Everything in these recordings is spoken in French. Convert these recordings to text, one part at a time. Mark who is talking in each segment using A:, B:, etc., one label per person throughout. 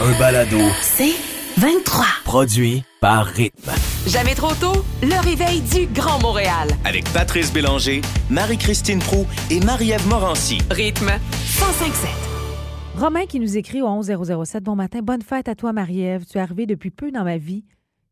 A: Un balado.
B: C'est 23.
A: Produit par Rythme.
B: Jamais trop tôt, le réveil du Grand Montréal.
C: Avec Patrice Bélanger, Marie-Christine Prou et Marie-Ève Morancy.
B: Rythme 1057.
D: Romain qui nous écrit au 11007, bon matin, bonne fête à toi Marie-Ève. Tu es arrivée depuis peu dans ma vie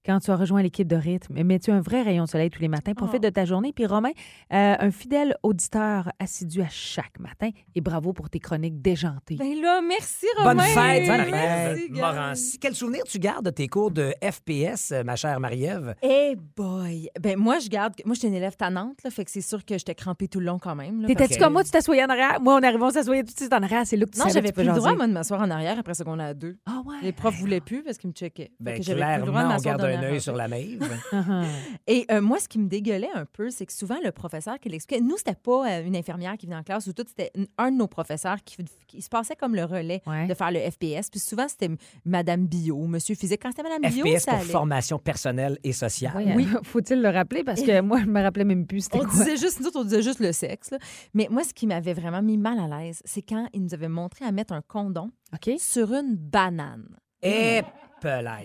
D: quand tu as rejoint l'équipe de rythme. Mais tu as un vrai rayon de soleil tous les matins. Profite de ta journée. Puis Romain, euh, un fidèle auditeur assidu à chaque matin. Et bravo pour tes chroniques déjantées.
E: Ben là, merci Romain.
F: Bonne fête,
E: Merci,
F: Marie-Ève
E: gang.
F: Morancy. Quel souvenir tu gardes de tes cours de FPS, euh, ma chère Marie-Ève?
E: Eh boy. Ben moi, je garde. Moi, j'étais une élève tannante, là, fait que c'est sûr que j'étais crampée tout le long quand même. là, parce-
D: T'étais-tu
F: Ok.
D: comme moi, tu t'assoyais en arrière? Moi, on arrivait, on s'assoyait tout de suite en arrière. C'est là que tu
E: Non,
D: savais que
E: j'avais
D: tu peux
E: plus le droit,
D: jaser.
E: moi, de m'asseoir en arrière après secondaire 2.
D: Ah ouais.
E: Les profs voulaient plus parce qu'ils me checkaient. Fait
F: Ben,
E: que j'avais plus le droit de
F: clairement, on
E: m'asseoir
F: garde un
E: dernière
F: œil
E: rangée.
F: sur la Maïve.
E: Et euh, moi, ce qui me dégueulait un peu, c'est que souvent, le professeur qui l'expliquait, nous, c'était pas euh, une infirmière qui venait en classe ou tout, c'était n- un de nos professeurs qui, qui se passait comme le relais
D: Ouais.
E: de faire le FPS. Puis souvent, c'était m- Madame Bio ou Monsieur Physique. Quand c'était Madame Bio,
F: FPS
E: ça
F: pour
E: allait. hein.
F: formation personnelle et sociale.
D: Oui, faut-il le rappeler? Parce que moi, je me rappelais même plus c'était
E: On
D: quoi.
E: disait juste, nous autres, on disait juste le sexe. là. Mais moi, ce qui m'avait vraiment mis mal à l'aise, c'est quand il nous avait montré à mettre un condom
D: OK.
E: sur une banane.
F: Et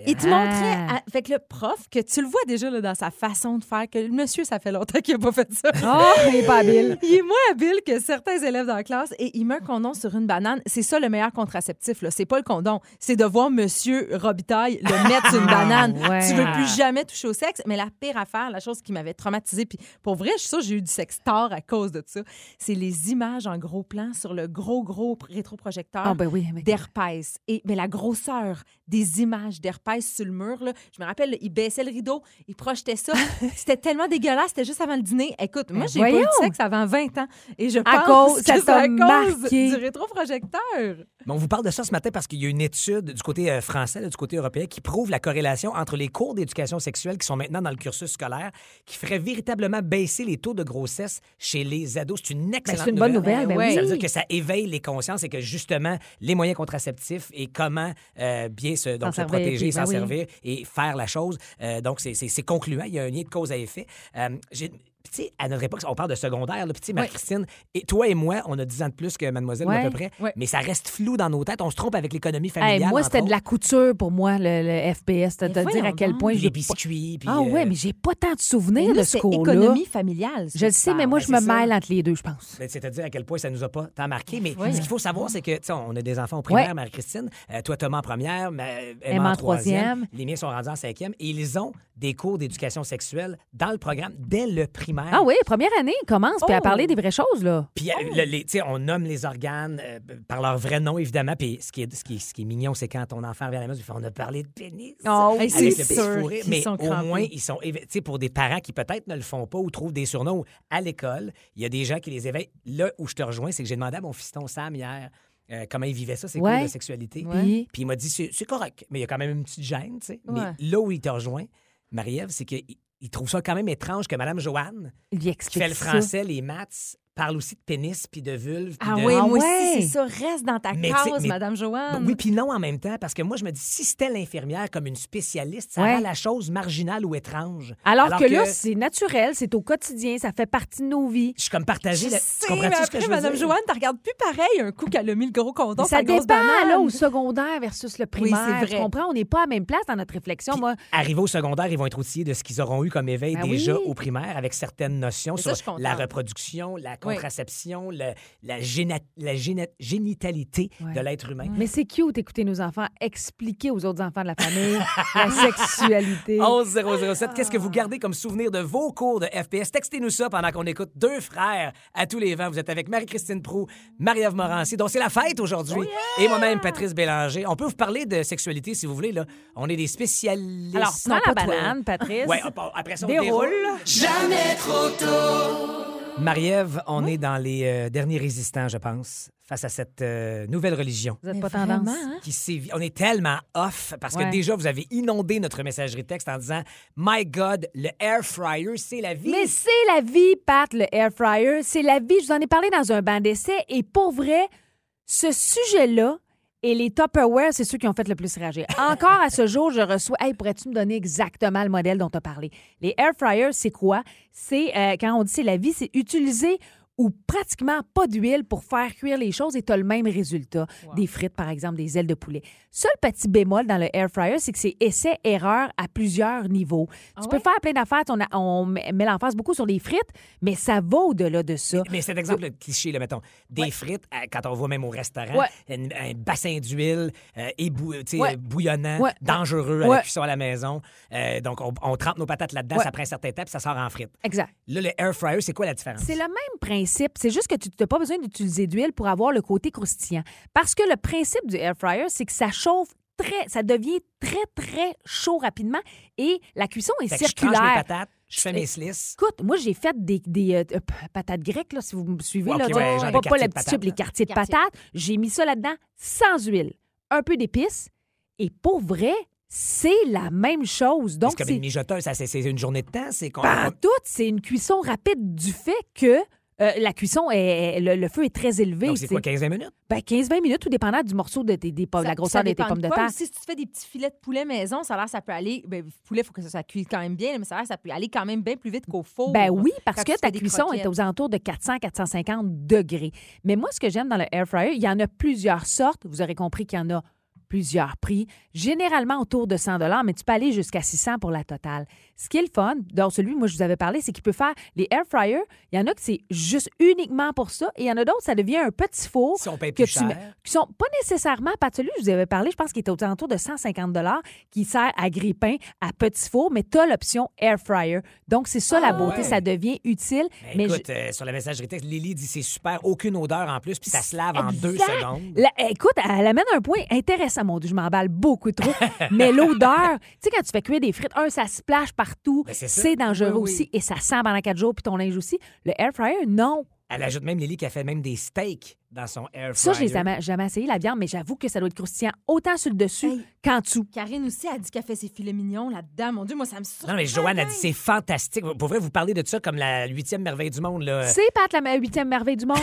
E: Il te
D: Ah.
E: montrait avec le prof que tu le vois déjà là, dans sa façon de faire, que le monsieur, ça fait longtemps qu'il n'a pas fait ça.
D: Oh, il est pas habile.
E: Il est moins habile que certains élèves dans la classe et il met un condom sur une banane. C'est ça le meilleur contraceptif. là. C'est pas le condom. C'est de voir Monsieur Robitaille le mettre sur une banane.
D: Ah, ouais.
E: Tu veux plus jamais toucher au sexe. Mais la pire affaire, la chose qui m'avait traumatisée, puis pour vrai, je suis sûre que j'ai eu du sexe tard à cause de ça, c'est les images en gros plan sur le gros, gros rétroprojecteur
D: Ah, ben oui. mais-
E: d'herpès. Et mais la grosseur des images d'herpès sur le mur, là, je me rappelle, il baissait le rideau, il projetait ça. c'était tellement dégueulasse, c'était juste avant le dîner. Écoute, moi,
D: Ben
E: j'ai pas eu
D: voyons!
E: de sexe avant 20 ans. Et je
D: À
E: pense
D: cause-
E: que
D: ça
E: c'est
D: t'a
E: à cause
D: marqué.
E: du rétroprojecteur.
F: Mais on vous parle de ça ce matin parce qu'il y a une étude du côté euh, français, là, du côté européen, qui prouve la corrélation entre les cours d'éducation sexuelle qui sont maintenant dans le cursus scolaire, qui ferait véritablement baisser les taux de grossesse chez les ados. C'est une excellente
D: Ben, c'est une bonne nouvelle, ben
F: Ça
D: oui.
F: veut dire que ça éveille les consciences et que justement les moyens contraceptifs et comment euh, bien se, donc, se
D: S'en servir,
F: protéger,
D: puis,
F: s'en
D: ben oui.
F: servir et faire la chose. Euh, donc c'est- c'est c'est concluant. Il y a un lien de cause à effet. Euh, j'ai- puis, tu sais, à notre époque, on parle de secondaire. Là, puis, tu sais, Marie-Christine, et toi et moi, on a 10 ans de plus que mademoiselle ou à
D: Ouais.
F: peu près.
E: Ouais.
F: Mais ça reste flou dans nos têtes. On se trompe avec l'économie
D: Hey,
F: familiale.
D: moi,
F: entre
D: c'était de la
F: autres.
D: couture pour moi, le, le FPS. Te,
E: Mais
D: te dire à
E: voyons
D: quel
E: donc.
D: point
F: Puis
D: j'ai
F: les
D: pas-
F: biscuits. puis,
D: Ah ouais,
F: euh,
D: mais j'ai pas tant de
E: Mais
D: souvenirs de
E: nous,
D: ce
E: c'est
D: cours-là.
E: économie familiale. ce
D: Je
E: que
D: le
E: tu
D: sais, mais
E: parles.
D: moi,
F: ben,
D: je me
F: c'est ça.
D: mêle entre les deux, je pense.
F: ben, C'est-à-dire à quel point ça nous a pas tant marqué. Mais
E: Oui.
F: ce qu'il faut savoir, c'est que, tu sais, on a des enfants en primaire,
D: Ouais.
F: Marie-Christine. Euh, toi, Thomas en première, ma-
D: Emma
F: Emma
D: en
F: en troisième.
D: troisième.
F: Les miens sont rendus en cinquième. Et ils ont des cours d'éducation sexuelle dans le programme dès le primaire.
D: Ah oui, première année, commence, puis à
E: Oh!
D: parler des vraies choses, là.
F: Puis,
E: Ah.
F: euh, le- les- tu sais, on nomme les organes euh, par leur vrai nom, évidemment. Puis, ce qui est, ce qui, est- ce qui est mignon, c'est quand ton enfant vient à la maison, il fait, on a parlé de pénis.
D: Oh,
E: Hey,
F: avec
E: c'est
F: le petit
E: sûr
F: fourré,
E: qu'ils
F: mais
E: sont
F: au
E: crampés.
F: moins ils sont éve- tu sais pour des parents qui peut-être ne le font pas ou trouvent des surnoms à l'école, il y a des gens qui les éveillent. Là où je te rejoins, c'est que j'ai demandé à mon fiston Sam hier euh, comment il vivait ça, ses
D: Ouais.
F: cours de sexualité.
E: Ouais.
D: Puis-
F: Puis il m'a dit c'est c'est correct, mais il y a quand même une petite gêne, tu sais.
E: Ouais.
F: Mais là où il te rejoint, Marie-Ève, c'est qu'il il trouve ça quand même étrange que Madame Joanne,
D: il lui explique
F: qui fait le
D: ça.
F: français, les maths, parle aussi de pénis puis de vulve. puis
E: Ah
F: de-
E: oui, moi
D: ouais.
E: aussi, c'est ça. Reste dans ta
F: Mais tu sais,
E: case,
F: mais-
E: Madame Joanne.
F: Oui, puis non en même temps, parce que moi, je me dis, si c'était l'infirmière comme une spécialiste, ça
D: Ouais.
F: rend la chose marginale ou étrange.
D: Alors, que, là, c'est naturel, c'est au quotidien, ça fait partie de nos vies.
F: je suis comme partagée.
E: Je
F: là.
E: sais,
F: tu comprends
E: mais
F: ce que
E: après,
F: je veux
E: Madame
F: dire?
E: Joanne, t'en regardes plus pareil un coup qu'elle a mis le gros condom.
D: ça
E: sa grosse
D: dépend,
E: banane.
D: là, au secondaire versus le
E: Oui, c'est
D: primaire.
E: vrai.
D: Tu comprends? On n'est pas à la même place dans notre réflexion.
F: Puis,
D: Moi,
F: Arrivés au secondaire, ils vont être outillés de ce qu'ils auront eu comme éveil
D: Ben
F: déjà
D: oui.
F: au primaire avec certaines notions
E: Mais ça, je suis
F: sur
E: contente.
F: la reproduction, la contraception, le- la, géna- la géna- génitalité
D: Ouais.
F: de l'être humain.
D: mais c'est cute écouter nos enfants expliquer aux autres enfants de la famille la sexualité.
F: 11007, qu'est-ce que vous gardez comme souvenir de vos cours de FPS? Textez-nous ça pendant qu'on écoute deux frères à tous les vents. Vous êtes avec Marie-Christine Prou, Marie-Ève Morancy, dont c'est la fête
D: Oh
F: aujourd'hui, et moi-même, Patrice Bélanger. On peut vous parler de sexualité si vous voulez. là. On est des spécialistes.
D: Alors, prends
F: Non,
D: la
F: pas toi.
D: oh, banane, Patrice.
F: Ouais, après ça, on
D: Déroule.
F: déroule.
D: Jamais trop tôt.
F: Marie-Ève, on est dans les euh, derniers résistants, je pense, face à cette euh, nouvelle religion.
D: Vous n'êtes
E: Mais
D: pas tendance.
E: vraiment, hein?
F: Qui sévit. On est tellement off parce que
D: Ouais.
F: déjà, vous avez inondé notre messagerie texte en disant My God, le air fryer, c'est la vie.
D: Mais c'est la vie, Pat, le air fryer. C'est la vie. Je vous en ai parlé dans un banc d'essai. Et pour vrai, ce sujet-là et les Tupperware, c'est ceux qui ont fait le plus réagir. Encore à ce jour, je reçois. Hey, pourrais-tu me donner exactement le modèle dont tu as parlé? Les air fryers, c'est quoi? C'est, euh, quand on dit c'est la vie, c'est utiliser ou pratiquement pas d'huile pour faire cuire les choses et tu as le même résultat. Des frites, par exemple, des ailes de poulet. Seul petit bémol dans le air fryer, c'est que c'est essai-erreur à plusieurs niveaux. tu peux faire plein d'affaires, on, a- on met met l'emphase beaucoup sur les frites, mais ça va au-delà de ça.
F: Mais cet exemple de cliché, là, mettons, des frites, euh, quand on voit même au restaurant,
D: Ouais.
F: une- un, bassin d'huile euh, ébou- tu sais,
D: Ouais.
F: euh, bouillonnant,
D: Ouais.
F: dangereux à la
D: Ouais.
F: cuisson à la maison. Euh, donc, on, on trempe nos patates là-dedans,
D: Ouais.
F: ça prend un certain temps, puis ça sort en frites.
D: Exact.
F: Là, le air fryer, c'est quoi la différence?
D: C'est le même principe, c'est juste que tu n'as pas besoin d'utiliser d'huile pour avoir le côté croustillant. Parce que le principe du air fryer, c'est que ça chauffe très, ça devient très, très chaud rapidement et la cuisson est
F: Fait que je tranche mes
D: circulaire.
F: patates, je fais mes slices.
D: Écoute, moi, j'ai fait des, des, euh, euh, p- patates grecques, là, si vous me suivez.
F: Ouais,
D: là,
F: ok,
D: tu-
F: ouais, genre
D: pas, pas
F: des quartiers
D: la
F: de
D: petite
F: patates,
D: soupe, les
F: là.
D: quartiers de
E: Quartiers.
D: patates. J'ai mis ça là-dedans sans huile, un peu d'épices. Et pour vrai, c'est la même chose. Donc,
F: C'est comme
D: c'est- Bah,
F: une mijoteuse, ça, c'est c'est une journée de temps, c'est qu'on.
D: pas en tout, c'est une cuisson rapide du fait que euh, la cuisson, est, le, le feu est très élevé.
F: Donc, c'est
D: tu sais.
F: quoi, 15 minutes?
D: Ben, 15-20 minutes, tout dépendant du morceau de tes, des pommes,
E: Ça-
D: la
E: ça
D: grosseur de tes
E: dépend
D: pommes de
E: quoi
D: terre.
E: aussi. si tu fais des petits filets de poulet maison, ça a l'air ça peut aller. Ben, poulet, il faut que ça, ça cuise quand même bien, mais ça a l'air ça peut aller quand même bien plus vite qu'au four.
D: Ben oui,
E: Quand
D: parce
E: tu
D: que
E: fais
D: ta
E: des
D: cuisson est
E: croquettes.
D: aux alentours de 400-450 degrés. Mais moi, ce que j'aime dans le air fryer, il y en a plusieurs sortes. Vous aurez compris qu'il y en a plusieurs prix, généralement autour de 100 mais tu peux aller jusqu'à 600 pour la totale. Ce qui est le fun, dans celui moi je vous avais parlé, c'est qu'il peut faire les air fryers. Il y en a que c'est juste uniquement pour ça, et il y en a d'autres, ça devient un petit four
F: Si on paye
D: que
F: plus
D: tu mets-
F: cher.
D: qui sont pas nécessairement pas celui que je vous avais parlé, je pense qu'il était aux alentours de 150 qui sert à grille-pain, à petit four, mais tu as l'option air fryer. Donc, c'est ça la beauté,
F: Ah ouais.
D: ça devient utile.
F: Ben,
D: mais
F: écoute,
D: je-
F: euh, sur la messagerie texte, Lily dit c'est super, aucune odeur en plus, puis ça se lave en
D: Exact.
F: deux secondes.
D: La- eh, écoute, elle amène un point intéressant, mon Dieu, je m'emballe beaucoup trop. mais l'odeur, tu sais, quand tu fais cuire des frites, un, ça se splash partout,
F: Ben, c'est ça.
D: c'est dangereux
E: Oui, oui.
D: aussi, et ça sent pendant quatre jours, puis ton linge aussi. Le air fryer, non.
F: Elle ajoute même Lily qui a fait même des steaks dans son air fryer.
D: Ça, je les ai jamais, jamais essayé, la viande, mais j'avoue que ça doit être croustillant autant sur le dessus
E: Hey.
D: qu'en dessous.
E: Karine aussi a dit qu'elle fait ses filets mignons là-dedans. Mon Dieu, moi, ça me surprend.
F: Non, mais Joanne a dit c'est fantastique. Pour vrai, vous parlez de ça comme la huitième merveille du monde. Là.
D: C'est Pat la me- huitième merveille du monde.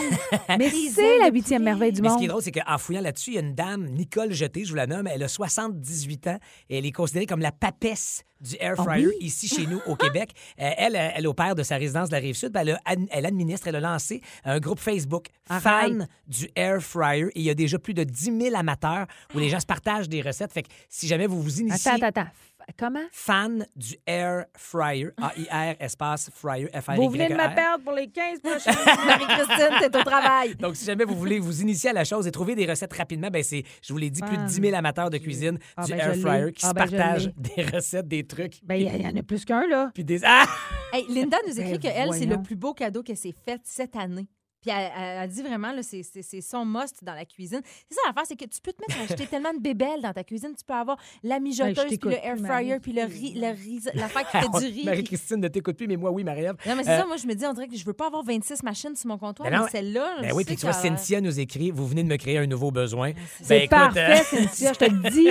D: Mais c'est
E: ailes
D: la
E: de
D: huitième
E: poulet.
D: merveille du
F: Mais ce qui est
D: monde.
F: drôle, c'est qu'en fouillant là-dessus, il y a une dame, Nicole Jeté, je vous la nomme, elle a 78 ans et elle est considérée comme la papesse du air fryer
D: Ah oui?
F: ici chez nous au Québec. Euh, elle, euh, elle opère de sa résidence de la Rive-Sud, puis elle, a ad- elle administre, elle a lancé un groupe Facebook fan du air fryer et il y a déjà plus de 10 000 amateurs où les gens se partagent des recettes. Fait que si jamais vous vous initiez...
D: Attends, attends, attends. F- Comment?
F: Fan du air fryer, A-I-R espace fryer, f r y E.
D: Vous venez de me perdre pour les 15 prochaines Marie-Christine, t'es au travail.
F: Donc, si jamais vous voulez vous initier à la chose et trouver des recettes rapidement, ben c'est, je vous l'ai dit, plus de 10 000 amateurs de cuisine
D: Ah,
F: du
D: ben,
F: air
D: je l'ai.
F: fryer qui
D: Ah,
F: se
D: ben, je l'ai.
F: partagent des recettes, des trucs.
D: Ben, il y, en a plus qu'un, là.
F: Puis des. Ah!
E: Hey, Linda nous écrit
D: Ben,
E: que elle, c'est
D: voyons.
E: le plus beau cadeau que s'est fait cette année. Puis elle, elle- elle dit vraiment, là, c'est, c'est- c'est son must dans la cuisine. C'est ça l'affaire, c'est que tu peux te mettre à acheter tellement de bébelles dans ta cuisine. Tu peux avoir la mijoteuse, puis
D: Ben, t'écoute
E: le air
D: plus,
E: fryer,
D: Marie. Ah
E: puis le riz, le riz, l'affaire qui fait du riz. puis-
F: Marie-Christine ne t'écoute plus, mais moi, oui, Marie-Ève.
E: Non, mais c'est
F: Euh,
E: ça, moi, je me dis, on dirait que je veux pas avoir 26 machines sur mon comptoir,
F: Ben non,
E: mais
D: Ah,
E: celle-là,
F: Ben
E: je
F: oui,
E: sais
F: puis tu vois,
E: qu'elle a l'air-
F: Cynthia nous écrit Vous venez de me créer un nouveau besoin.
D: C'est
F: Ben, écoute,
D: parfait,
F: euh,
D: Cynthia. Je te le dis.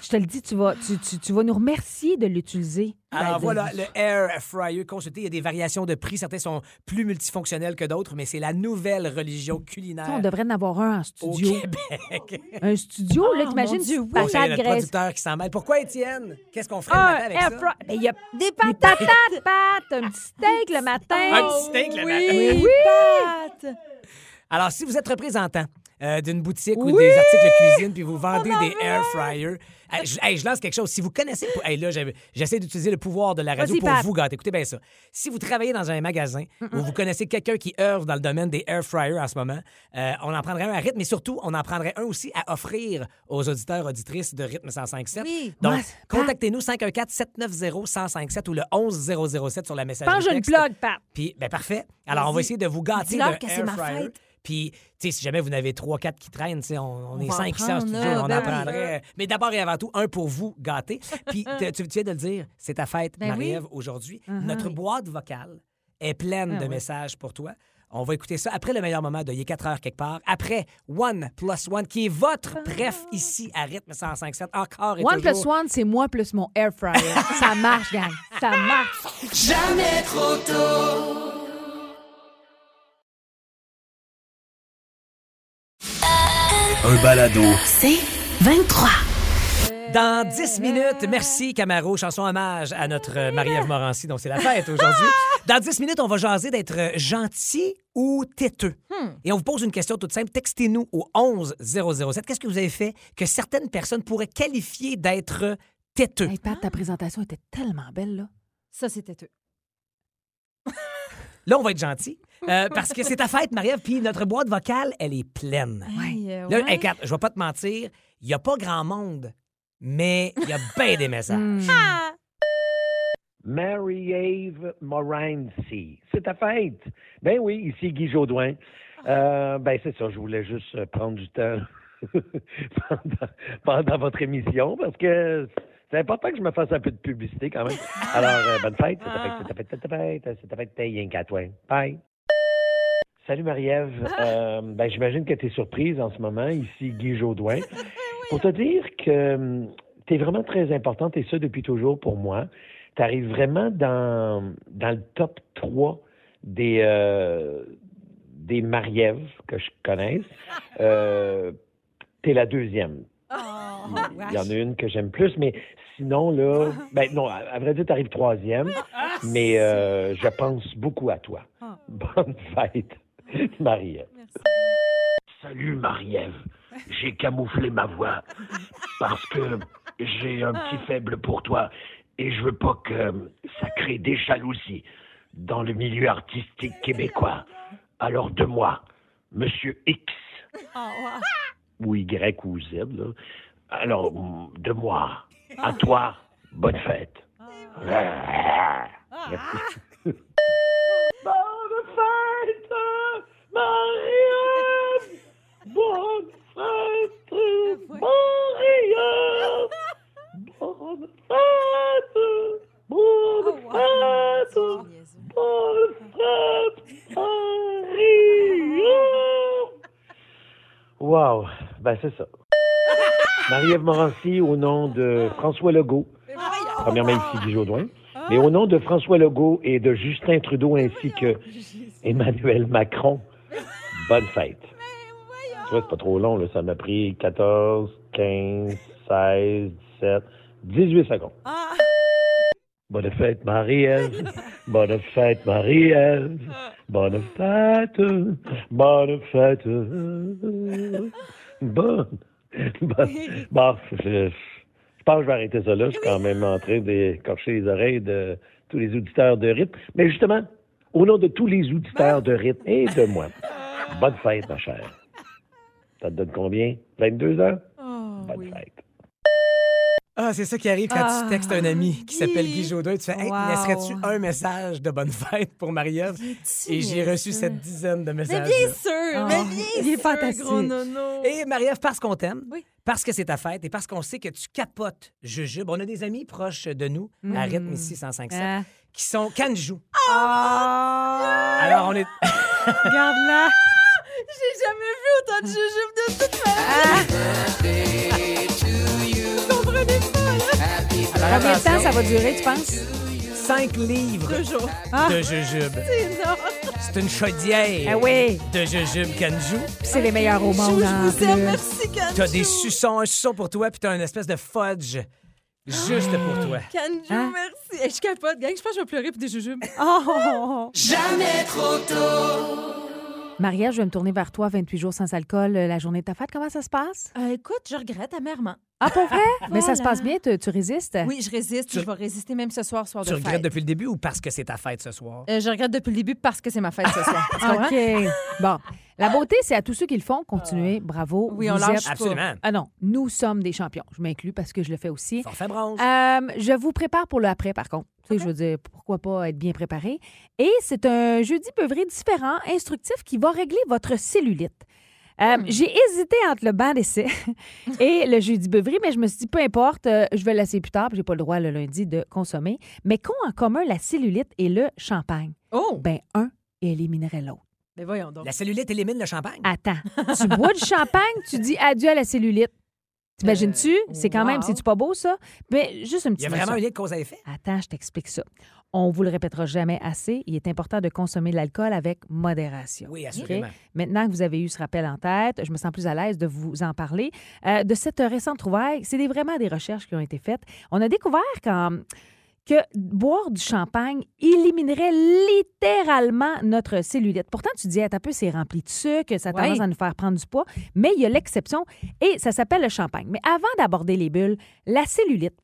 D: Je te le dis, tu vas, tu, tu- tu vas nous remercier de l'utiliser.
F: Alors
D: Ben,
F: Ah, voilà, le Air Fryer, consultez, il y a des variations de prix. Certains sont plus multifonctionnels que d'autres, mais c'est la nouvelle religion
D: tu sais, On
F: culinaire
D: devrait en avoir un en
F: au
D: studio.
F: Québec. Ah,
D: Un studio, là, t'imagines,
E: mon Dieu,
D: tu
E: oui.
F: Bon, ça, il y a
D: patates
F: notre
D: graisses.
F: producteur qui s'en mêle. Pourquoi, Étienne? Qu'est-ce qu'on ferait le
D: Un
F: matin avec
D: air
F: ça?
D: fry- Ben, il y a des patates, Pat, un petit steak le matin.
F: Un petit steak le matin.
D: Oui, Pat.
F: Alors, si vous êtes représentant euh, d'une boutique ou des articles de cuisine, puis vous vendez des air fryers, euh, je, hey, je lance quelque chose. Si vous connaissez... Hey, là, j'avais- j'essaie d'utiliser le pouvoir de la radio
D: Vas-y,
F: pour
D: Pat. Mm,
F: vous gâter. Écoutez bien ça. Si vous travaillez dans un magasin où vous connaissez quelqu'un qui œuvre dans le domaine des air fryers en ce moment, euh, on en prendrait un à rythme, mais surtout, on en prendrait un aussi à offrir aux auditeurs, auditrices de rythme 105.7.
E: Oui.
F: Donc,
D: Ouais, Pat.
F: contactez-nous 514-790-1057 ou le 11007 sur la messagerie
D: Pense que j'ai une
F: texte.
D: plug, Pat.
F: Puis, ben parfait. Alors, on va essayer de vous gâter
E: Dis-leur
F: d'un
E: que c'est
F: air
E: ma
F: fryer.
E: fête.
F: Puis, tu sais, si jamais vous n'avez 3-4 qui traînent, tu sais, on, on est
E: va en
F: 5 qui sortent
E: prendre,
F: toujours,
E: là,
F: on
E: ben
F: en
E: oui.
F: prendrait. Mais d'abord et avant tout, un pour vous gâter. Puis, te- tu, tu viens de le dire, c'est ta fête,
E: Ben oui.
F: Marie-Ève, aujourd'hui. Notre boîte vocale est pleine
E: Ben
D: Ah
F: de
D: ouais.
F: messages pour toi. On va écouter ça après le meilleur moment de Il est 4 heures quelque part. Après One plus One, qui est votre
E: Ah.
F: préf ici à rythme 105.7. Encore et
D: One
F: toujours.
D: plus one, c'est moi plus mon air fryer. ça marche, gang. Ça marche.
A: un balado,
G: C'est 23.
F: Dans 10 minutes, merci Camaro, chanson hommage à notre euh, Marie-Ève Morancy, dont c'est la fête aujourd'hui. Dans 10 minutes, on va jaser d'être euh, gentil ou têteux. Et on vous pose une question toute simple. Textez-nous au 11 007. Qu'est-ce que vous avez fait que certaines personnes pourraient qualifier d'être euh, têteux?
D: Hey, Pat, ta présentation était tellement belle, là.
E: Ça, c'était eux.
F: Là, on va être gentil. euh, parce que c'est ta fête, Marie-Ève, puis notre boîte vocale, elle est pleine.
E: Hey, euh,
F: Là,
E: ouais.
F: hey, Kat, je vais pas te mentir, il n'y a pas grand monde, mais il y a bien des
D: Hmm.
F: messages.
E: Ah!
H: Mary-Ave Morancy. C'est ta fête. Ben oui, ici Guy Jodoin. Euh, ben c'est ça, je voulais juste euh, prendre du temps pendant, pendant votre émission parce que c'est important que je me fasse un peu de publicité quand même. Alors, euh, bonne fête, c'est ta fête, c'est ta fête, c'est ta fête, c'est ta fête, t'es rien qu'à toi. Bye. Salut Marie-Ève. Euh, ben, j'imagine que tu es surprise en ce moment. Ici Guy Jodoin. Pour te dire que tu es vraiment très importante et ça depuis toujours pour moi. Tu arrives vraiment dans, dans le top 3 des, euh, des Marie-Ève que je connaisse. Euh, tu es la deuxième. Il y en a une que j'aime plus, mais sinon, là, ben non, à, à vrai dire, t'arrives troisième, mais euh, je pense beaucoup à toi. Bonne fête, Marie-Ève. Salut, Marie-Ève. J'ai camouflé ma voix parce que j'ai un petit faible pour toi et je veux pas que euh, ça crée des jalousies dans le milieu artistique québécois. Alors, de moi, Monsieur X ou Y ou Z. là. Alors, mm, de moi, à toi, bonne fête. Merci. Bonne fête, Marie-Ève! Bonne fête, Marie-Ève! Bonne fête! Bonne fête! Bonne fête, Marie-Ève! Wow, ben c'est ça. Marie-Ève Morancy au nom de François Legault.
E: Ah,
H: Premièrement ici Guy Jodoin. Mais au nom de François Legault et de Justin Trudeau ainsi que Emmanuel Macron, bonne fête. Tu vois, c'est pas trop long, là. Ça m'a pris 14, 15, 16, 17, 18 secondes. Bonne fête, Marie-Ève. Bonne fête, Marie-Ève. Bonne fête. Bonne fête. Bonne. Bon, bon, je, je pense que je vais arrêter ça là. Je suis quand même en train d'écorcher les oreilles de tous les auditeurs de rythme. Mais justement, au nom de tous les auditeurs de rythme et de moi, bonne fête, ma chère. Ça te donne combien? 22 ans? bonne fête.
F: Ah, c'est ça qui arrive quand
E: Ah,
F: tu textes un ami qui
E: Guy.
F: s'appelle Guy Jodoin. Tu fais Hey,
E: Wow.
F: laisserais-tu un message de bonne fête pour Marie-Ève? Et j'ai reçu cette dizaine de
E: Mais
F: messages.
E: bien sûr!
D: Ah.
E: Mais bien
D: Il est
E: sûr,
D: fantastique.
E: gros nono.
F: Et Marie-Ève, parce qu'on t'aime,
E: Oui.
F: parce que c'est ta fête et parce qu'on sait que tu capotes Jujube, on a des amis proches de nous
E: Mm.
F: à Rythme ici 105.7
D: Ah.
F: qui sont Kanju.
D: Ah!
F: Alors, on est.
D: Regarde-la.
E: J'ai jamais vu autant de jujubes de toute ma vie! Vous comprenez pas, là?
D: Ah. Combien de temps ça va durer, tu penses?
F: 5 livres
E: Deux jours.
F: de Jujube.
E: Ah! C'est énorme.
F: C'est une chaudière
D: Ah oui.
F: de Jujube Kanju.
D: Puis c'est les meilleurs au
E: Chou,
D: monde, hein, euh, en
E: je vous aime.
D: plus.
E: Merci, Kanju.
F: T'as des suçons, un suçon pour toi, puis t'as une espèce de fudge juste pour toi.
E: Kanju,
D: Hein?
E: merci. Hey, Je capote, gang. Je pense que je vais pleurer pour des jujubes.
D: Oh! Jamais trop tôt! Maria, je vais me tourner vers toi, 28 jours sans alcool, euh, la journée de ta fête. Comment ça se passe?
E: Euh, écoute, je regrette amèrement.
D: Ah, pour vrai? Mais ça se
E: Voilà.
D: passe bien, tu, tu résistes?
E: Oui, je résiste. Je vais résister même ce soir, soir
F: Tu
E: de
F: regrettes
E: fête.
F: depuis le début ou parce que c'est ta fête ce soir?
E: Euh, je regrette depuis le début parce que c'est ma fête ce soir. Tu
F: Ah
E: comprends?
D: OK. Bon. La beauté, c'est à tous ceux qui le font. Continuez. Bravo.
E: Euh, Oui,
D: Vous
E: on lâche
D: êtes-
E: pas.
F: Absolument.
D: Ah non, nous sommes des champions. Je m'inclus parce que je le fais aussi.
F: Forfait bronze.
D: Euh, je vous prépare pour le après, par contre. Tu sais, Je veux dire, pourquoi pas être bien préparé. Et c'est un jeudi peuvré différent, instructif, qui va régler votre cellulite. Euh,
E: Hmm.
D: J'ai hésité entre le banc d'essai et le jeudi beuverie, mais je me suis dit, peu importe, euh, je vais l'essayer plus tard. puis J'ai pas le droit le lundi de consommer. Mais qu'ont en commun la cellulite et le champagne?
E: Oh!
D: Ben, un éliminerait l'autre.
E: Ben voyons donc.
F: La cellulite élimine le champagne.
D: Attends, tu bois du champagne, tu dis adieu à la cellulite. T'imagines-tu?
E: Euh,
D: c'est quand même,
E: wow.
D: c'est-tu pas beau, ça? Mais juste une
F: Il y
D: petite
F: a vraiment
D: notion.
F: un lien de cause à effet.
D: Attends, je t'explique ça. On vous le répétera jamais assez. Il est important de consommer de l'alcool avec modération.
F: Oui,
D: OK?
F: assurément.
D: Maintenant que vous avez eu ce rappel en tête, je me sens plus à l'aise de vous en parler. Euh, de cette récente trouvaille, c'est des- vraiment des recherches qui ont été faites. On a découvert quand, que boire du champagne éliminerait littéralement notre cellulite. Pourtant, tu dis, Hey, t'as un peu, c'est rempli de sucre, ça a
E: Ouais.
D: tendance à nous faire prendre du poids, mais il y a l'exception et ça s'appelle le champagne. Mais avant d'aborder les bulles, la cellulite.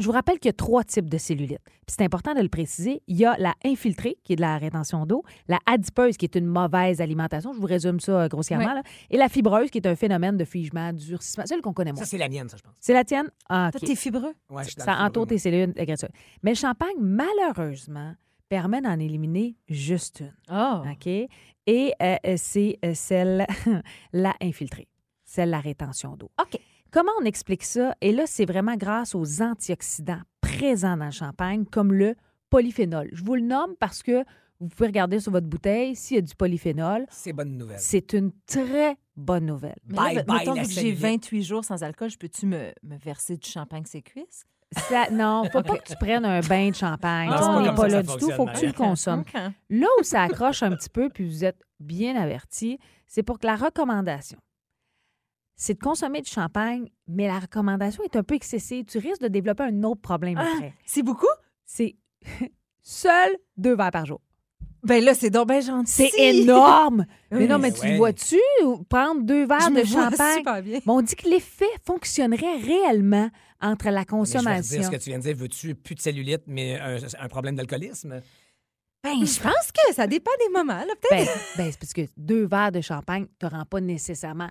D: Je vous rappelle qu'il y a trois types de cellulite. Puis c'est important de le préciser. Il y a la infiltrée, qui est de la rétention d'eau, la adipeuse, qui est une mauvaise alimentation. Je vous résume ça euh, grossièrement.
E: Ouais.
D: là. Et la fibreuse, qui est un phénomène de figement, durcissement, celle qu'on connaît moins.
F: Ça, c'est la mienne, ça, je pense.
D: C'est la tienne? Ah,
E: Toi,
D: OK.
E: t'es fibreux.
F: Ouais, je suis dans
D: Ça
F: le fibre,
D: entoure
F: moi.
D: tes cellules graisseuses. Mais le champagne, malheureusement, permet d'en éliminer juste une.
E: Oh!
F: Ah,
D: OK? Et euh, euh, c'est euh, celle, la infiltrée, celle la rétention d'eau.
E: OK.
D: Comment on explique ça? Et là, c'est vraiment grâce aux antioxydants présents dans le champagne, comme le polyphénol. Je vous le nomme parce que vous pouvez regarder sur votre bouteille s'il y a du polyphénol.
F: C'est bonne nouvelle.
D: C'est une très bonne nouvelle.
E: Mais là,
F: Bye,
E: ve-
F: bye,
E: mettons,
F: la
E: vu que j'ai
F: cellulite.
E: 28 jours sans alcool, je peux-tu me, me verser du champagne ses cuisses?
D: Ça, non, faut pas que tu prennes un bain de champagne.
F: Non,
E: c'est pas
D: on n'est
E: comme
D: pas
F: ça
D: là
F: que ça
D: du tout. faut que tu le
F: fonctionne,
D: consommes.
E: Ok.
D: Là où ça accroche un petit peu, puis vous êtes bien averti, c'est pour que la recommandation, c'est de consommer du champagne, mais la recommandation est un peu excessive. Tu risques de développer un autre problème
E: Ah.
D: après.
E: C'est beaucoup?
D: C'est seul deux verres par jour.
E: Ben là, c'est donc bien gentil.
D: C'est énorme! Mais non,
E: Oui.
D: mais tu
F: Ouais.
D: le vois-tu ou prendre deux verres
E: Je me
D: de
E: vois
D: champagne?
E: super bien.
D: Mais on dit que l'effet fonctionnerait réellement entre la
F: Mais je vais
D: consommation.
F: redire ce que tu viens de dire. Veux-tu plus de cellulite, mais un, un problème d'alcoolisme?
E: Ben, je pense que ça dépend des moments, là, peut-être.
D: Ben, ben, c'est parce que deux verres de champagne ne te rend pas nécessairement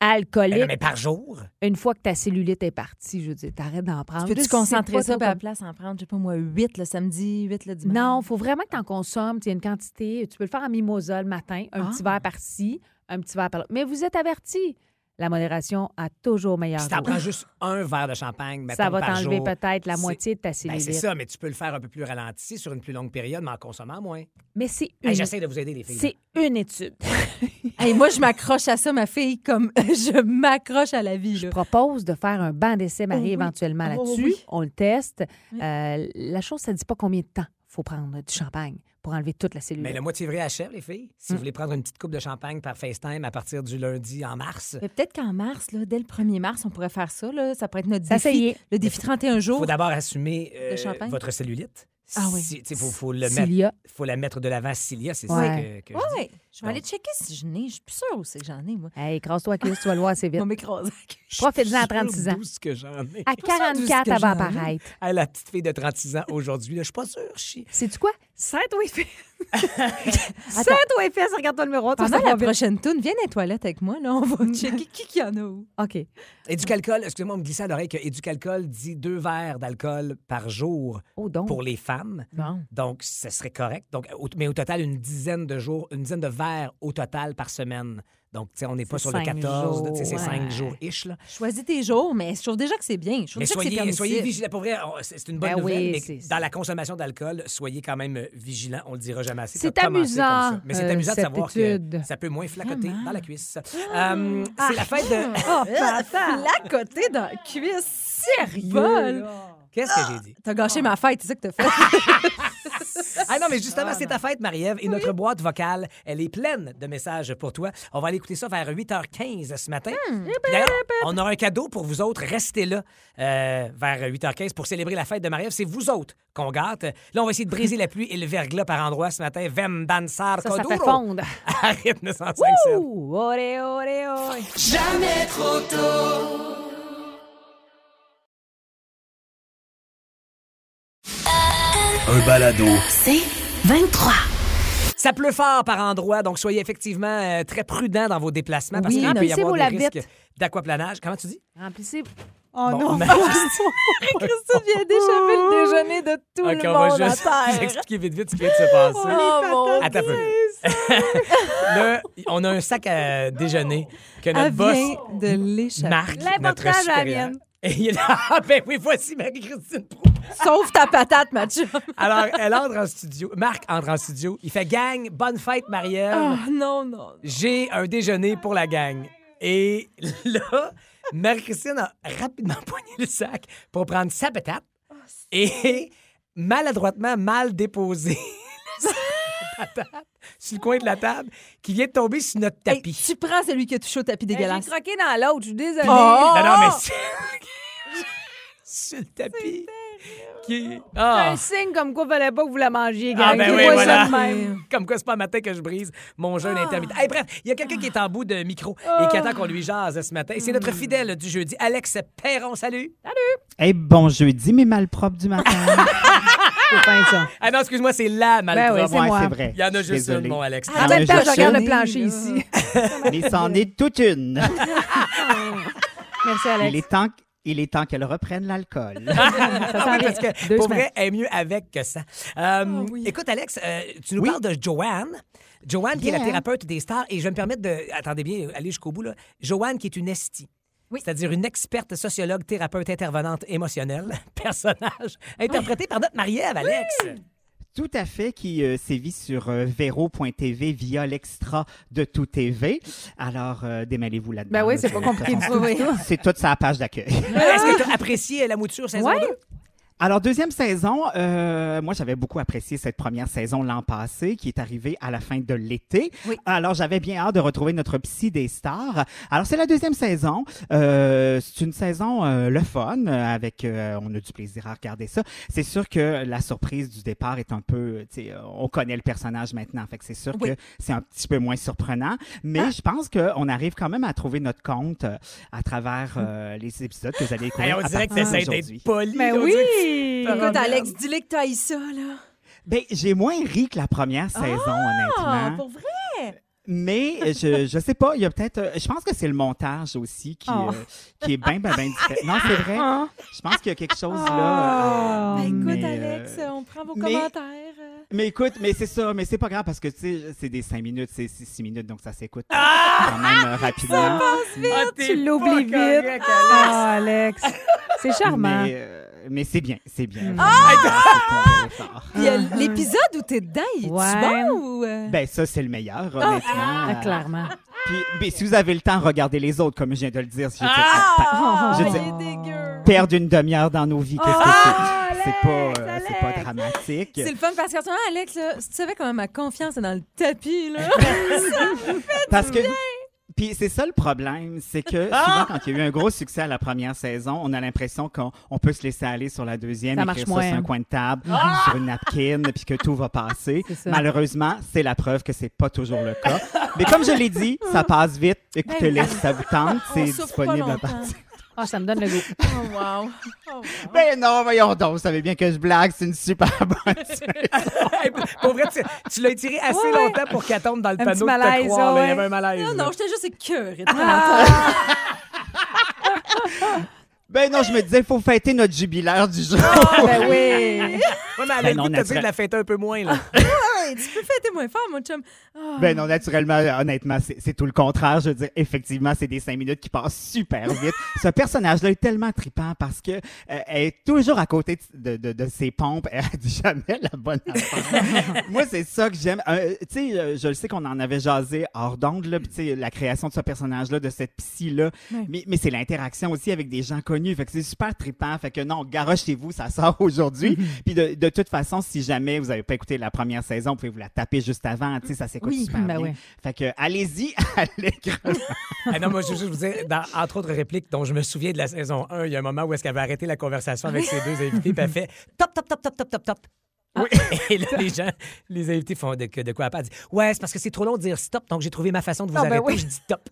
D: alcoolique
F: Ben non, mais par jour?
D: une fois que ta cellulite est partie. Je veux dire, t'arrêtes d'en prendre.
E: Peux-tu
D: C'est
E: concentrer
D: pas
E: ça,
D: trop
E: puis à la
D: comme-
E: place, en prendre, je sais pas moi, 8 le samedi, 8 le dimanche?
D: Non, il faut vraiment que tu en consommes. Tu as une quantité. Tu peux le faire en mimosa le matin, un
E: Ah.
D: petit verre par-ci, un petit verre par-là. Mais vous êtes avertis. La modération a toujours meilleur
F: Si t'en
D: goût.
F: prends juste un verre de champagne, mettons,
D: Ça va
F: par
D: t'enlever
F: jour,
D: peut-être la
F: c'est-
D: moitié de ta
F: Ben,
D: cellulite.
F: c'est ça, mais tu peux le faire un peu plus ralenti sur une plus longue période, mais en consommant moins.
D: Mais c'est une,
F: Hey, Ben, J'essaie de vous aider, les filles.
D: c'est une étude.
E: Hey, moi, je m'accroche à ça, ma fille, comme je m'accroche à la vie.
D: Je
E: Là.
D: propose de faire un banc d'essai, Marie,
E: Oh oui.
D: éventuellement
F: Ah,
E: Oh
D: là-dessus.
E: oui.
D: On le teste. Euh, la chose, ça ne dit pas combien de temps faut prendre du champagne pour enlever toute la cellule.
F: Mais le mois de février achève, les filles.
D: Hmm.
F: Si vous voulez prendre une petite coupe de champagne par FaceTime à partir du lundi en mars,
E: Mais peut-être qu'en mars, là, dès le 1er mars, on pourrait faire ça. Là. Ça pourrait être notre
D: S'essayer.
E: défi. Le défi 31
F: il faut
E: jours.
F: d'abord assumer euh,
E: Le champagne?
F: votre cellulite.
E: Ah oui.
F: Il faut, faut le
D: S'il
F: mettre-
D: y a-
F: faut la mettre de l'avant s'il y a, c'est ça que,
D: Ouais.
F: que je
E: Oui,
F: dis.
E: oui. Je vais aller checker si je n'ai. Je suis plus sûre où c'est que j'en ai, moi.
D: Hey, écrase-toi, Chris, tu vas le voir assez
E: On
D: vite.
E: va m'écraser.
D: Profite-en à 36 ans.
F: D'où ce que j'en ai.
D: À
E: pas sûre d'où ce
D: 44,
E: que
D: elle va
E: j'en ai.
D: apparaître.
F: Hey, la petite fille de 36 ans aujourd'hui, là, je suis pas sûre. chi-
D: C'est-tu quoi? Sainte-toi les fesses. Sainte-toi les fesses, regarde-toi le miroir. tu vas
E: Pendant la
D: savoir vite.
E: prochaine tourne, viens dans les toilettes avec moi. Là, on va checker qui qu'il y en a où.
D: Mm. OK.
F: Éducalcool, excusez-moi, on me glissait à l'oreille que Éducalcool dit deux verres d'alcool par jour
D: Oh, donc.
F: pour les femmes.
E: Bon.
F: Donc, ce serait correct. Donc, au- mais au total, une dizaine de jours, une dizaine de verres au total par semaine. Donc, tu sais, on n'est pas
D: C'est
F: sur le
D: cinq
F: 14, tu sais, c'est
D: jours, ouais.
F: cinq jours-ish. Là.
E: Choisis tes jours, mais je trouve déjà que c'est bien. Je trouve
F: Mais
E: déjà que c'est
F: soyez,
E: permissif.
F: soyez vigilants. Pour vrai, on- c'est c'est une bonne
D: Ben oui,
F: nouvelle, mais
D: c'est-
F: dans la consommation d'alcool, soyez quand même euh, vigilants. On le dira jamais assez. Ça
D: C'est
F: a commencé comme
D: amusant,
F: ça. Mais c'est
D: euh,
F: amusant de
D: cette
F: savoir
D: étude. Ah!
F: que ça peut moins flacoter dans la cuisse. Euh, c'est la fête de...
D: Oh,
E: La côté dans la cuisse.
D: Oh,
E: Sérieux?
F: Bol.
D: Ah!
F: Qu'est-ce que j'ai dit?
E: T'as gâché ma fête, c'est ça que t'as fait.
F: Ah non, mais justement, c'est ta fête, Marie-Ève, et notre boîte vocale, elle est pleine de messages pour toi. On va aller écouter ça vers 8h15 ce matin. Puis D'ailleurs, on aura un cadeau pour vous autres. Restez là euh, vers 8h15 pour célébrer la fête de Marie-Ève. C'est vous autres qu'on gâte. Là, on va essayer de briser la pluie et le verglas par endroits ce matin. Vem dansar
D: ça, ça fait
F: Koduro.
D: fondre.
F: À rythme 105.7.
D: Ouh, oré, oré, oré.
A: Un balado.
B: C'est 23.
F: Ça pleut fort par endroits, donc soyez effectivement euh, très prudents dans vos déplacements parce
D: Oui,
F: qu'il peut y
D: remplissez
F: avoir
D: vos
F: des
D: lavettes.
F: risques d'aquaplanage. Comment tu dis?
D: Remplissez. Oh
F: Bon,
D: non.
F: mais-
D: Christine vient d'échapper le déjeuner de tout
F: OK,
D: le
F: on va
D: monde
F: juste
D: à
F: vous
D: terre.
F: expliquer vite vite ce qui vient de se passer.
D: Oh, mon
F: Attends un peu.
D: Dieu,
F: Là, on a un sac à déjeuner que notre
E: Elle
F: boss
E: vient de l'échapper.
F: Marc, notre
D: L'important,
F: supérieur.
D: la mienne.
F: Et il est là, ah ben oui, voici Marie-Christine Proulx.
E: Sauve ta patate, Mathieu.
D: Oh,
F: Alors, elle entre en studio. Marc entre en studio. Il fait gang, bonne fête, Marielle.
E: Ah, non, non.
F: J'ai un déjeuner pour la gang. Et là, Marie-Christine a rapidement poigné le sac pour prendre sa patate et maladroitement mal déposé le sac de patate sur le coin de la table qui vient de tomber sur notre
E: Hey,
F: tapis.
E: tu prends celui qui a touché au tapis dégueulasse.
D: Ben, J'ai croqué dans l'autre, je suis désolée.
E: Oh!
F: Non, non, mais c'est- sur le tapis. Qui...
D: C'est
F: Ah.
D: un signe comme quoi il fallait pas que vous la mangiez, gang.
F: Ah, ben
D: C'est
F: oui,
D: pas
F: voilà.
D: ça de même.
F: Comme quoi, c'est pas un matin que je brise mon jeûne intermittent. Hey, bref, il y a quelqu'un qui est en bout de micro et qui attend qu'on lui jase ce matin. C'est notre fidèle du jeudi, Alex Perron. Salut.
G: Hey, bon jeudi, mes malpropres du matin.
D: C'est fin, ça.
F: Ah non, excuse-moi, c'est la
D: Ben
F: malpropre.
D: Ah oui, c'est moi.
G: c'est vrai.
F: Il y en a
G: Je suis
F: juste une,
G: désolé.
F: mon Alex.
G: Ah,
D: En même
G: mais
D: temps,
G: je
D: je regarde le
G: sais.
D: plancher ici.
G: Mais c'en est toute une.
D: Merci,
G: Il
D: Alex.
G: est temps, qu- il est temps qu'elle reprenne l'alcool.
D: Ça
F: Ah
D: s'en
F: oui,
D: vient.
F: parce que
D: Deux
F: pour
D: semaines. Ah
F: vrai, elle est mieux avec que ça. Euh, Écoute, Alex, euh, tu nous
G: Oui.
F: parles de Joanne. Joanne, qui est la
G: Yeah.
F: thérapeute des stars. Et je vais me permettre de. Attendez bien, allez jusqu'au bout, là. Joanne, qui est une estie. C'est-à-dire une experte sociologue, thérapeute, intervenante émotionnelle, personnage interprété par notre Marie-Ève, Alex.
G: Tout à fait, qui euh, sévit sur euh, vero.tv via l'extra de tout TV. Alors, euh, démêlez-vous là-dedans.
D: Ben oui,
G: là,
D: c'est
G: de
D: pas
G: toute
D: compliqué du
G: façon.
D: tout. oui.
G: C'est toute sa page d'accueil.
F: Est-ce que tu as apprécié la mouture saison
D: Ah! Ouais.
F: 2?
G: Alors, deuxième saison, euh, moi, j'avais beaucoup apprécié cette première saison l'an passé, qui est arrivée à la fin de l'été. Alors, j'avais bien hâte de retrouver notre psy des stars. Alors, c'est la deuxième saison. Euh, c'est une saison euh, le fun, euh, avec euh, on a du plaisir à regarder ça. C'est sûr que la surprise du départ est un peu, tu sais, euh, on connaît le personnage maintenant, fait que c'est sûr que c'est un petit peu moins surprenant. Mais
F: Ah.
G: je pense qu'on arrive quand même à trouver notre compte euh, à travers euh, les épisodes que vous allez
F: Hey,
G: découvrir.
F: on
G: à
F: dirait que
G: partir
F: t'essaies
G: d'aujourd'hui.
F: d'être poli.
D: Ben
F: on
D: oui!
F: dirait que
E: Écoute, Alex, dis-le que t'as eu ça, là.
G: Ben, j'ai moins ri que la première saison,
E: Ah,
G: honnêtement.
E: pour vrai?
G: Mais euh, je, je sais pas, il y a peut-être. euh, Je pense que c'est le montage aussi qui,
D: Oh.
G: euh, qui est bien, bien, bien différent. Non, c'est vrai. Je pense qu'il y a quelque chose là. euh,
D: Ah.
E: Ben, écoute,
G: mais, euh,
E: Alex, on prend vos
G: mais-
E: commentaires. euh.
G: Mais écoute, mais c'est ça, mais c'est pas grave parce que tu sais, c'est des cinq minutes, c'est six six minutes, donc ça s'écoute euh, quand même euh, rapidement.
F: tu- Ah, t'es
D: Tu l'oublies
F: pas correct,
D: vite.
F: Alex.
D: Ah, Alex. C'est charmant.
G: Mais, euh, mais c'est bien, c'est bien. Vraiment, c'est un bel effort.
E: Puis euh, l'épisode où t'es dedans, il est
D: Ouais.
E: bon ou... euh?
G: Ben ça, c'est le meilleur, honnêtement.
D: Ah,
G: Euh,
D: clairement.
G: Puis, ben, si vous avez le temps, regardez les autres, comme je viens de le dire. J'étais
E: Ah!
G: Je
E: il
G: sais-
E: est dégueu.
G: perdre une demi-heure dans nos vies. Qu'est-ce que c'est? C'est pas, euh, c'est pas dramatique.
E: Ah, C'est le fun parce que, ah, Alex, là, si tu savais comment ma confiance est dans le tapis, là.
G: Parce que. Puis c'est ça le problème, c'est que
E: Ah!
G: souvent quand il y a eu un gros succès à la première saison, on a l'impression qu'on on peut se laisser aller sur la deuxième,
D: Ça
G: écrire
D: marche
G: ça
D: moins,
G: sur
D: hein.
G: un coin de table,
E: Ah!
G: sur une napkin, puis que tout va passer.
D: C'est ça.
G: Malheureusement, c'est la preuve que c'est pas toujours le cas. Mais comme je l'ai dit, ça passe vite. Écoutez-les si ça vous tente, c'est
E: Ben souffre pas
G: disponible à
E: longtemps.
G: partir.
D: Ah, ça me donne le goût.
E: Oh, wow. Oh, wow.
G: Ben non, voyons donc, vous savez bien que je blague, c'est une super bonne
F: Hey, pour vrai, tu, tu l'as étiré assez
D: Ouais, ouais.
F: longtemps pour qu'elle tombe dans le
D: petit
F: panneau de te
D: malaise,
F: croire.
D: ouais,
F: là. Ben, Il y
D: ouais.
F: avait un malaise.
E: Non,
F: là.
E: non, j'étais juste écœurée. de commentaires.
G: Ben non, je me disais, il faut fêter notre jubilaire du jour.
D: Ah, ben oui.
F: Ouais, mais elle a le
G: Ben
F: goût
G: non,
F: de te dire
G: naturel.
F: de la fêter un peu moins. Là.
E: Hey, tu peux fêter moins fort, mon chum. Ah.
G: Ben non, naturellement, honnêtement, c'est c'est tout le contraire. Je veux dire, effectivement, c'est des cinq minutes qui passent super vite. Ce personnage-là est tellement tripant parce que euh, elle est toujours à côté de, de- de ses pompes. Elle dit jamais la bonne affaire. Moi, c'est ça que j'aime. Euh, tu sais, euh, je le sais qu'on en avait jasé hors d'onde, là, puis tu sais, la création de ce personnage-là, de cette psy-là. Mais, mais c'est l'interaction aussi avec des gens connus. Fait que c'est super trippant. Fait que non, garochez-vous, ça sort aujourd'hui. Puis de, de toute façon, si jamais vous n'avez pas écouté la première saison, vous pouvez vous la taper juste avant. Tu sais, ça s'écoute
D: Oui,
G: super
D: ben
G: bien.
D: oui.
G: Fait que allez-y, allez.
F: Ah non, moi, je veux juste vous dire, dans- entre autres répliques dont je me souviens de la saison 1, il y a un moment où est-ce qu'elle avait arrêté la conversation avec ses deux invités, puis elle fait top, top, top, top, top, top, Ah. top. Oui. Et là, les gens, les invités font de, que- de quoi à part. Ils disent, ouais, c'est parce que c'est trop long de dire stop, donc j'ai trouvé ma façon de vous
D: Ah, ben
F: arrêter.
D: oui.
F: Je dis top.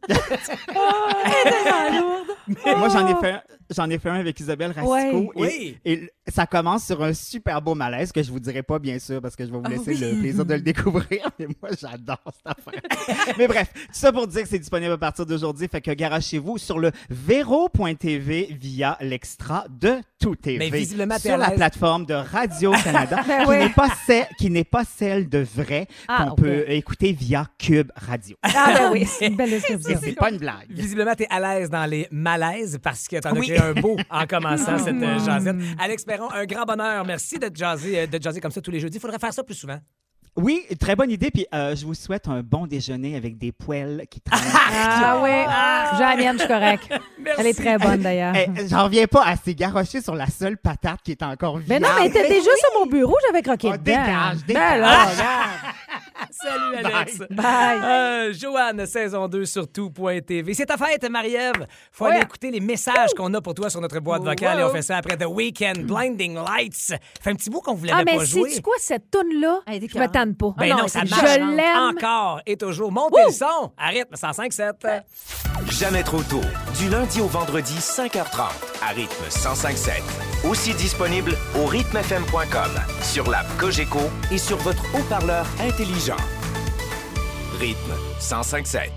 G: Moi, j'en ai fait un- j'en ai fait un avec Isabelle Racicot.
D: Ouais.
G: Et,
F: Oui.
G: et ça commence sur un super beau malaise que je vous dirai pas, bien sûr, parce que je vais vous
D: Ah
G: laisser le plaisir de le découvrir. Mais moi, j'adore cette affaire. Mais bref, tout ça pour dire que c'est disponible à partir d'aujourd'hui. Fait que garagez-vous sur le vero.tv via l'extra de tout TV.
F: Mais visiblement, t'es à
G: sur la
F: l'aise.
G: plateforme de Radio-Canada,
D: Ben
G: qui
D: oui.
G: n'est pas celle- qui n'est pas celle de vrai
D: Ah,
G: qu'on
D: ok.
G: peut écouter via Cube Radio.
D: Ah, ben oui, c'est une belle description.
G: C'est pas une blague.
F: Visiblement, tu es à l'aise dans les malaises parce que t'en
G: Oui.
F: as créé un beau en commençant cette euh, jasette. Alex Perron, un grand bonheur. Merci de te jaser, euh, de te jaser comme ça tous les jeudis. Il faudrait faire ça plus souvent.
G: Oui, très bonne idée. Puis euh, je vous souhaite un bon déjeuner avec des poêles qui traînent.
D: Ah oui, j'ai la mienne, je suis correcte. Elle est très bonne, d'ailleurs.
G: Eh, J'en reviens pas à s'égarocher sur la seule patate qui est encore vive.
D: Mais non, mais t'étais déjà sur mon bureau, j'avais croqué
G: Oh,
D: dedans.
G: dégage,
D: Ben
G: dégage.
D: là,
F: Salut, Alex.
D: Bye.
F: Euh, Joanne, saison 2 sur tout.tv. C'est ta fête, Marie-Ève. Faut aller écouter les messages qu'on a pour toi sur notre boîte vocale et on fait ça après The Weekend Blinding Lights. Fait un petit bout qu'on voulait
D: Hmm. Ah,
F: pas
D: mais
F: jouer.
D: sais-tu quoi, cette toune-là?
E: Elle est
D: Je me tanne pas.
F: Ben
D: Ah
F: non,
D: elle
F: ça
D: est
F: marche.
D: Je l'aime.
F: Encore et toujours. Montez le son. À rythme 105-7.
C: Jamais trop tôt. Du lundi au vendredi, 5h30, à rythme 105.7. Aussi disponible au rythmefm.com, sur l'app Cogeco et sur votre haut-parleur intelligent. Rythme 105.7.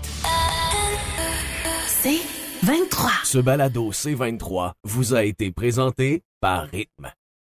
I: Ce balado C23 vous a été présenté par Rythme.